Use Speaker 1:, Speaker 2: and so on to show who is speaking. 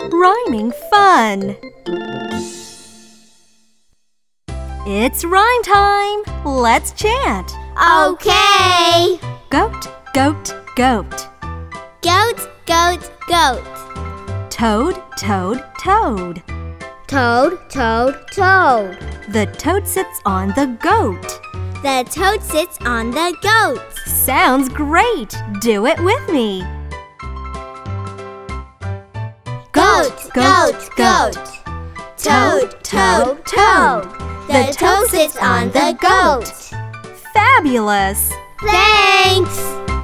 Speaker 1: Rhyming fun! It's rhyme time! Let's chant!
Speaker 2: Okay.
Speaker 1: Goat, goat, goat.
Speaker 2: Goat, goat, goat.
Speaker 1: Toad, toad, toad.
Speaker 2: Toad, toad, toad.
Speaker 1: The toad sits on the goat.
Speaker 2: The toad sits on the goat.
Speaker 1: Sounds great! Do it with me!
Speaker 2: Toad, toad, toad. The toad sits on the goat.
Speaker 1: Fabulous!
Speaker 2: Thanks.